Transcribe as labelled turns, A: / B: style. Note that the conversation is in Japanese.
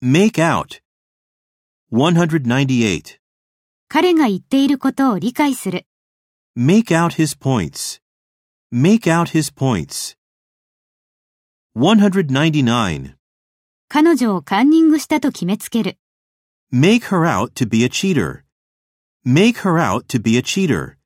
A: Make out. 198.
B: 彼が言っていることを理解する。
A: Make out his points. Make out his points. 199.
B: 彼女をカンニングしたと決めつける。
A: Make her out to be a cheater. Make her out to be a cheater.